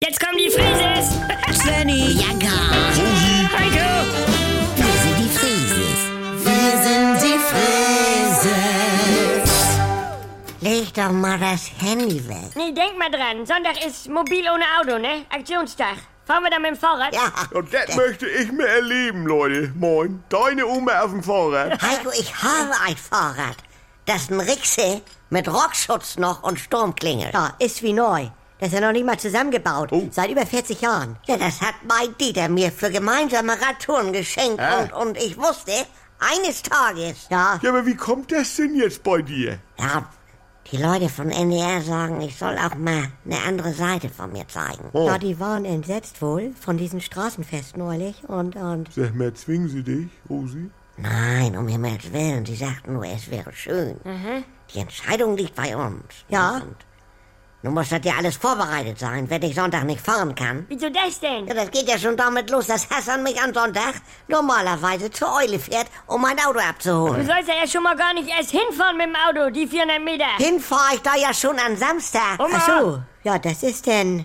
Oh, das Handy weg. Nee, denk mal dran. Sonntag ist mobil ohne Auto, ne? Aktionstag. Fahren wir dann mit dem Fahrrad? Ja, Äh, Und das möchte ich mir erleben, Leute. Moin. Deine Oma auf dem Fahrrad. Heiko, ich habe ein Fahrrad. Das ist ein Rixel mit Rockschutz noch und Sturmklingel. Ja, ist wie neu. Das ist ja noch nicht mal zusammengebaut. Oh. Seit über 40 Jahren. Ja, das hat mein Dieter mir für gemeinsame Radtouren geschenkt. Ah. Und, und ich wusste, eines Tages. Ja, Ja, aber wie kommt das denn jetzt bei dir? Ja, die Leute von NDR sagen, ich soll auch mal eine andere Seite von mir zeigen. Oh. ja, die waren entsetzt wohl von diesem Straßenfest neulich und, und... Sag mal, zwingen sie dich, Rosi? Nein, um Himmels Willen. Sie sagten nur, es wäre schön. Die Entscheidung liegt bei uns. Mhm. Ja. Und nun muss das ja alles vorbereitet sein, wenn ich Sonntag nicht fahren kann. Wieso das denn? Ja, das geht ja schon damit los, dass Hassan mich am Sonntag normalerweise zur Eule fährt, um mein Auto Du abzuholen. sollst ja erst schon mal gar nicht erst hinfahren mit dem Auto, die 400 Meter. Hinfahre ich da ja schon am Samstag. Oma! Ach so. Ja, das ist denn...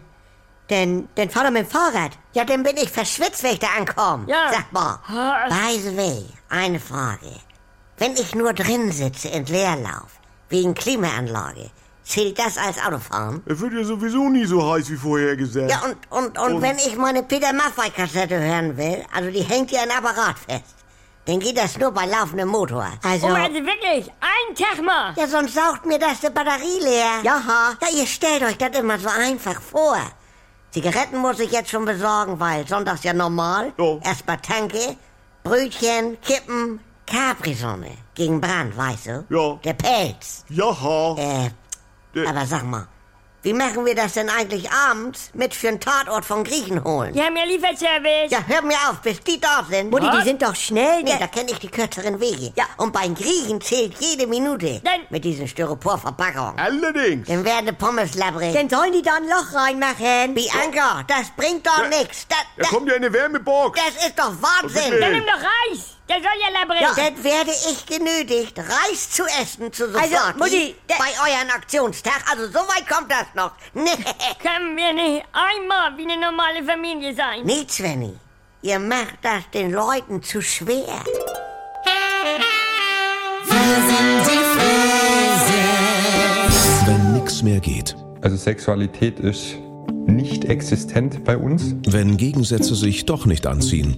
Denn, denn fahr doch mit dem Fahrrad. Ja, dann bin ich verschwitzt, wenn ich da ankomme. Ja. Sag mal, Ha. by the way, eine Frage. Wenn ich nur drin sitze in Leerlauf, wegen Klimaanlage, zählt das als Autofahren? Es wird ja sowieso nie so heiß wie vorher gesagt. Ja, und, und, und, Und- wenn ich meine Peter Maffei-Kassette hören will, also die hängt ja ein Apparat fest, dann geht das nur bei laufendem Motor. Also... Oma, also wirklich, einen Tag mal. Ja, sonst saugt mir das die Batterie leer. Jaha. Ja, ihr stellt euch das immer so einfach vor. Zigaretten muss ich jetzt schon besorgen, weil sonntags ja normal. Jo. Erstmal tanke, Brötchen, Kippen, Capri-Sonne. Gegen Brand, weißt du? Jo. Der Pelz. Jaha. Äh, Äh. aber sag mal, wie machen wir das denn eigentlich abends mit für einen Tatort von Griechen holen? Die haben ja Lieferservice. Ja, hör mir auf, bis die da sind. Mutti, die Was? sind doch schnell. Nee, Ja, da kenne ich die kürzeren Wege. Ja. Und bei den Griechen zählt jede Minute. Dann- mit diesen Styroporverpackungen. Allerdings. Dann werden die Pommes labbrig. Dann sollen die da ein Loch reinmachen. Bianca, das bringt doch nichts. Das, Er kommt ja in eine Wärmebox. das ist doch Dann Wahnsinn. nimm doch Reis. Der soll ja labrillen. Dann werde ich genötigt, Reis zu essen zu Soforti. Also, Mutti, der- bei euren Aktionstag. Also, so weit kommt das noch. Nee, Können wir nicht einmal wie eine normale Familie sein? nee Svenny. Ihr macht das den Leuten zu schwer. Wenn nichts mehr geht. Also Sexualität ist nicht existent bei uns. Wenn Gegensätze sich doch nicht anziehen.